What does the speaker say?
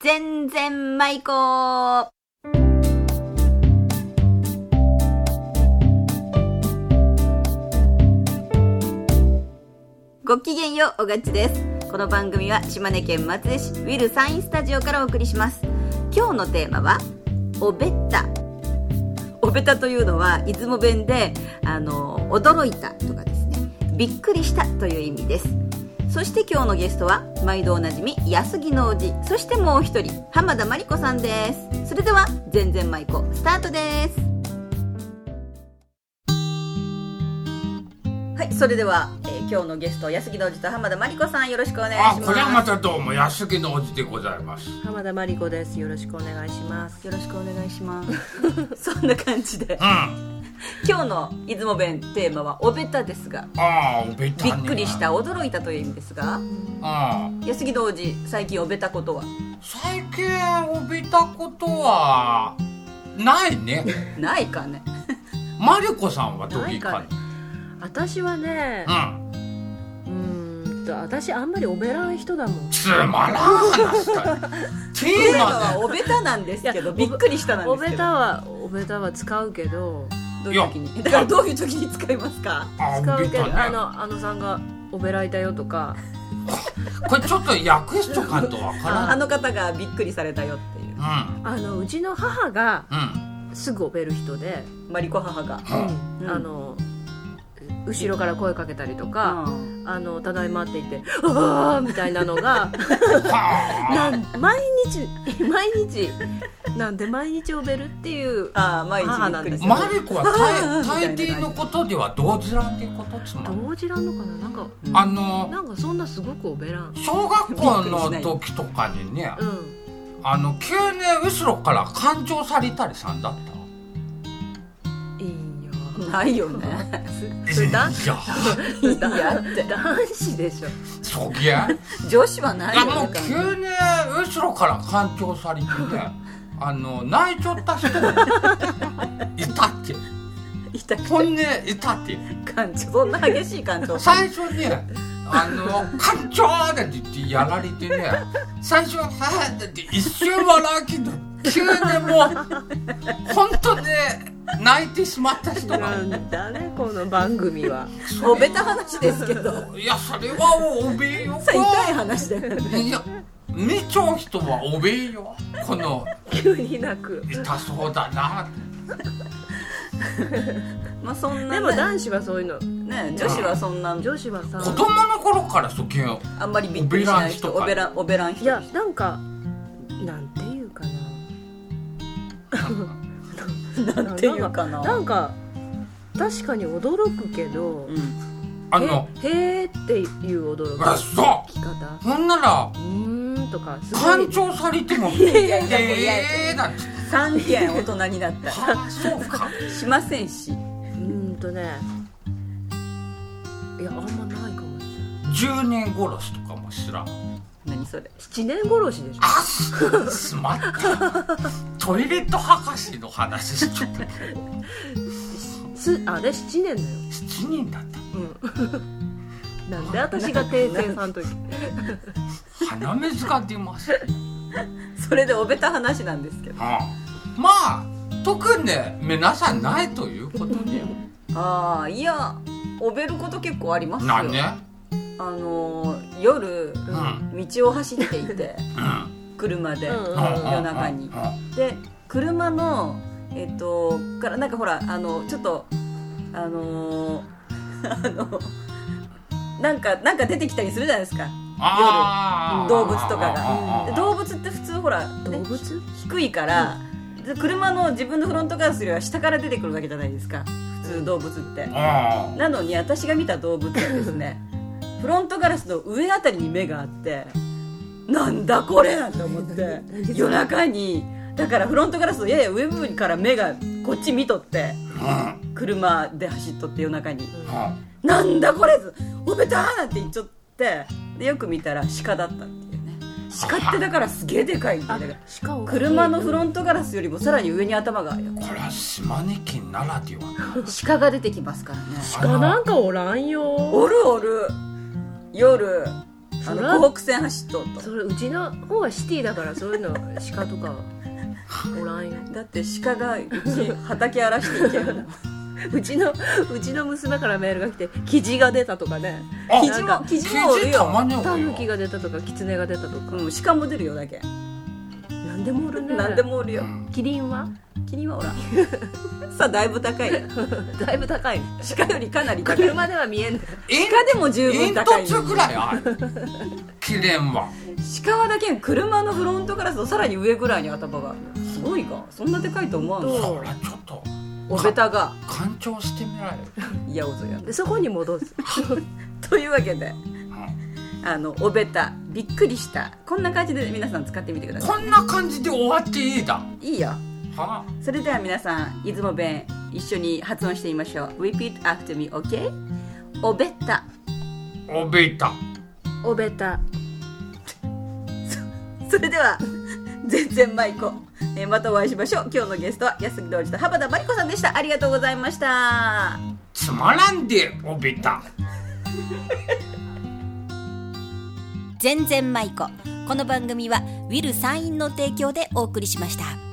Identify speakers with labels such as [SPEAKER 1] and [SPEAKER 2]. [SPEAKER 1] 全然舞子ごきげんようおがちですこの番組は島根県松江市ウィルサインスタジオからお送りします今日のテーマはおべったおべたというのは出雲弁であの驚いたとかですねびっくりしたという意味ですそして今日のゲストは毎度おなじみ安木のおじそしてもう一人浜田真理子さんですそれでは「全然舞子」スタートですはいそれでは、えー今日のゲスト安木のおじと浜田真理子さんよろしくお願いし
[SPEAKER 2] あ、
[SPEAKER 1] ます
[SPEAKER 2] これはまたどうも、安木のおじでございます。
[SPEAKER 3] 浜田真理子ですよろしくお願いします
[SPEAKER 1] よろしくお願いします そんな感じで
[SPEAKER 2] うん。あ
[SPEAKER 1] 今日の出雲弁テーマは「おべた」ですが
[SPEAKER 2] あ、おべた
[SPEAKER 1] び
[SPEAKER 2] ね
[SPEAKER 1] っくりし。た驚いたという意味ですが
[SPEAKER 2] うん。
[SPEAKER 1] 安木同時最近おべたことは
[SPEAKER 2] 最近、おべたことは、ないね。
[SPEAKER 1] ないかね
[SPEAKER 2] マリコさんはどういかね。
[SPEAKER 3] 私はね
[SPEAKER 2] うん。
[SPEAKER 3] うーんと私あんまりおべらん人だもん
[SPEAKER 2] つまらん話だね。
[SPEAKER 1] テ
[SPEAKER 2] テ
[SPEAKER 1] ー
[SPEAKER 2] ー
[SPEAKER 1] マ
[SPEAKER 2] マ
[SPEAKER 1] はおべたなんですけ
[SPEAKER 3] いや
[SPEAKER 1] どびっくりしたなん
[SPEAKER 3] お
[SPEAKER 1] ですけ
[SPEAKER 3] べ
[SPEAKER 1] ど
[SPEAKER 3] たはおべたは使うけど
[SPEAKER 1] どういう時にだからどういう時に使いますか
[SPEAKER 2] で、あ、
[SPEAKER 3] 使
[SPEAKER 2] お
[SPEAKER 3] う
[SPEAKER 2] べ
[SPEAKER 3] けど、あ
[SPEAKER 2] たね。
[SPEAKER 3] のあのさんがおべらいたよとか
[SPEAKER 2] これちょっと訳しとかんとわから
[SPEAKER 1] あ
[SPEAKER 2] ん。
[SPEAKER 1] の方がびっくりされたよっていう
[SPEAKER 2] うん。
[SPEAKER 3] あのうちの母が
[SPEAKER 2] うん。
[SPEAKER 3] すぐおべる人で、
[SPEAKER 1] マリコ母がうん
[SPEAKER 3] あの後ろから声かけたりとか
[SPEAKER 1] うん
[SPEAKER 3] 「あのただいま」って言って「ああ」みたいなの がな
[SPEAKER 2] は
[SPEAKER 3] ん毎日毎日なんで毎日おべるっていう
[SPEAKER 1] ああ毎日びっくりす
[SPEAKER 2] あ。
[SPEAKER 1] る
[SPEAKER 2] マリコは
[SPEAKER 1] うん
[SPEAKER 2] 大大抵のことでは同時なんてことつまり。
[SPEAKER 3] 同時なのかななんか
[SPEAKER 2] あの、
[SPEAKER 3] なんかそんなすごくおべらん
[SPEAKER 2] 小学校の時とかにね、
[SPEAKER 3] うん
[SPEAKER 2] あの急に後ろから勘定されたりさんだった
[SPEAKER 3] いいよ
[SPEAKER 1] ないよね
[SPEAKER 3] それだ
[SPEAKER 2] いや
[SPEAKER 3] それ
[SPEAKER 1] いや
[SPEAKER 3] だ
[SPEAKER 1] って
[SPEAKER 3] 男子でしょ
[SPEAKER 2] そげ え
[SPEAKER 1] 女子はない
[SPEAKER 2] あ
[SPEAKER 1] よ
[SPEAKER 2] も
[SPEAKER 1] ね
[SPEAKER 2] う急に後ろから勘定されてねあの泣いちゃった人いたって
[SPEAKER 1] 痛く
[SPEAKER 2] 本音いたって
[SPEAKER 1] 感情そんな激しい感情
[SPEAKER 2] 最初にあの「勘定!」って言ってやられてね最初は「はぁ」って一瞬笑うけど急にもう本当に泣いてしまった人が
[SPEAKER 3] なんだねこの番組は
[SPEAKER 1] おべた話ですけど
[SPEAKER 2] いや、それはおべえよ。
[SPEAKER 1] さ痛い話だよね
[SPEAKER 2] いや、見ちゃう人はおべえよ。この、
[SPEAKER 3] 急に泣く
[SPEAKER 2] 痛そうだな。
[SPEAKER 1] まあそんな
[SPEAKER 3] でも男子はそういうの
[SPEAKER 1] ね女子はそんな
[SPEAKER 3] 女子はさ
[SPEAKER 2] 子供の頃からそげん。
[SPEAKER 1] あんまりびっくりしない人オ
[SPEAKER 2] オ
[SPEAKER 1] ベ
[SPEAKER 2] ベ
[SPEAKER 1] ランオベラン人
[SPEAKER 3] いやなんかなんていうかな
[SPEAKER 1] なんていうかな
[SPEAKER 3] なんか確かに驚くけど
[SPEAKER 1] うん
[SPEAKER 2] あの、
[SPEAKER 3] へへーっていう驚
[SPEAKER 2] あ、
[SPEAKER 3] き
[SPEAKER 2] そ
[SPEAKER 3] 聞き方
[SPEAKER 2] う。ほんなら
[SPEAKER 3] う、ーんとかすご
[SPEAKER 2] 干
[SPEAKER 3] い
[SPEAKER 2] 潮されても、
[SPEAKER 1] いやいやいや
[SPEAKER 2] ええだって。
[SPEAKER 1] 三件大人になった
[SPEAKER 2] はあ、そうか。
[SPEAKER 1] しませんし
[SPEAKER 3] うーんとねいやあんまないかもしれない
[SPEAKER 2] 10年殺しとかも知らん。
[SPEAKER 1] 何それ
[SPEAKER 3] 7年殺しでしょ
[SPEAKER 2] あ、す、すまった。トイレット博士の話しちゃった。
[SPEAKER 3] すあれ7年だよ
[SPEAKER 2] 7人だった。
[SPEAKER 3] なんで私が訂正さんとき
[SPEAKER 2] 鼻水が出ます。
[SPEAKER 1] それでおべた話なんですけど
[SPEAKER 2] うんまあ特にね皆さんないということで
[SPEAKER 1] ああいやおべること結構ありますよ
[SPEAKER 2] なんね
[SPEAKER 1] あのー夜
[SPEAKER 2] うんうん
[SPEAKER 1] 道を走っていて車で、
[SPEAKER 3] うんうん
[SPEAKER 1] 夜中に
[SPEAKER 2] うんうん
[SPEAKER 1] で車のえっとからなんかほらあのちょっとあのー あのなんかなんか出てきたりするじゃないですか
[SPEAKER 2] あー
[SPEAKER 1] 動物とかが
[SPEAKER 2] あー
[SPEAKER 1] で動物って普通ほら、ね
[SPEAKER 3] 動物
[SPEAKER 1] 低いから、で車の自分のフロントガラスよりは下から出てくるわけじゃないですか普通動物って
[SPEAKER 2] あー
[SPEAKER 1] なのに私が見た動物はですねフロントガラスの上あたりに目があってなんだこれと思って夜中にだからフロントガラスのやや上部分から目がこっち見とって
[SPEAKER 2] うん
[SPEAKER 1] 車で走っとって夜中に
[SPEAKER 2] う
[SPEAKER 1] 「
[SPEAKER 2] ん
[SPEAKER 1] なんだこれ!」おべたー!」なんて言っちゃってでよく見たら鹿だったっていうね鹿ってだからすげえでかいんだよだから
[SPEAKER 3] しかも
[SPEAKER 1] 車のフ
[SPEAKER 3] ン
[SPEAKER 1] ロントガラスよりもさらに上に頭があるよ
[SPEAKER 2] これは島根県ならでは
[SPEAKER 1] 鹿が出てきますからね
[SPEAKER 3] トなんかおらんよ
[SPEAKER 1] おるおる夜あ
[SPEAKER 3] それ
[SPEAKER 1] の
[SPEAKER 3] は
[SPEAKER 1] 湖北線走っとうと
[SPEAKER 3] それうちの方はシティだからそういうの鹿とかはおらんよ
[SPEAKER 1] だって鹿がうち畑荒らしていけ るの
[SPEAKER 3] うちのうちの娘からメールが来て「キジが出た」とかね
[SPEAKER 2] あ
[SPEAKER 1] キジ
[SPEAKER 3] な
[SPEAKER 1] も
[SPEAKER 3] んか
[SPEAKER 1] キ
[SPEAKER 2] キ
[SPEAKER 1] ジもおる
[SPEAKER 2] ジたま
[SPEAKER 1] よ、
[SPEAKER 2] に
[SPEAKER 3] 「タ
[SPEAKER 2] おる
[SPEAKER 3] ヌ
[SPEAKER 2] よ
[SPEAKER 3] キが出た」とか「キツネが出た」とか
[SPEAKER 1] うん、鹿も出るよだけ
[SPEAKER 3] 何でもおるね
[SPEAKER 1] 何でもおる
[SPEAKER 2] う
[SPEAKER 1] よ
[SPEAKER 2] ん
[SPEAKER 3] キリンは
[SPEAKER 1] キリンは おらんさあだいぶ高い
[SPEAKER 3] だいぶ高い
[SPEAKER 1] 鹿よりかなり高い
[SPEAKER 3] 車では見えんね
[SPEAKER 2] 煙
[SPEAKER 1] 鹿でも十分
[SPEAKER 2] 煙
[SPEAKER 1] 高い
[SPEAKER 2] 突ぐらいある キレンは
[SPEAKER 1] 鹿はだけに車のフロントからするとさらに上ぐらいに頭があるすごいかそんなでかいと思わんの
[SPEAKER 3] そ
[SPEAKER 2] それちょっと
[SPEAKER 1] おべたが
[SPEAKER 2] 干潮してみられる
[SPEAKER 1] いやおぞや
[SPEAKER 3] でそこに戻す
[SPEAKER 1] というわけであのおべたびっくりしたこんな感じで皆さん使ってみてくださ
[SPEAKER 2] こんな感じで終わっていいだ
[SPEAKER 1] いいいよ
[SPEAKER 2] は
[SPEAKER 1] それでは皆さん出雲弁一緒に発音してみましょう Repeat after me, okay? おべた
[SPEAKER 2] あおびいた
[SPEAKER 3] おべた
[SPEAKER 1] それでは 全然舞子えーまたお会いしましょう今日のゲストは安木同士と浜田真理子さんでしたありがとうございました
[SPEAKER 2] つまらんでおびいた
[SPEAKER 4] 全然舞子この番組はウィル・サインの提供でお送りしました。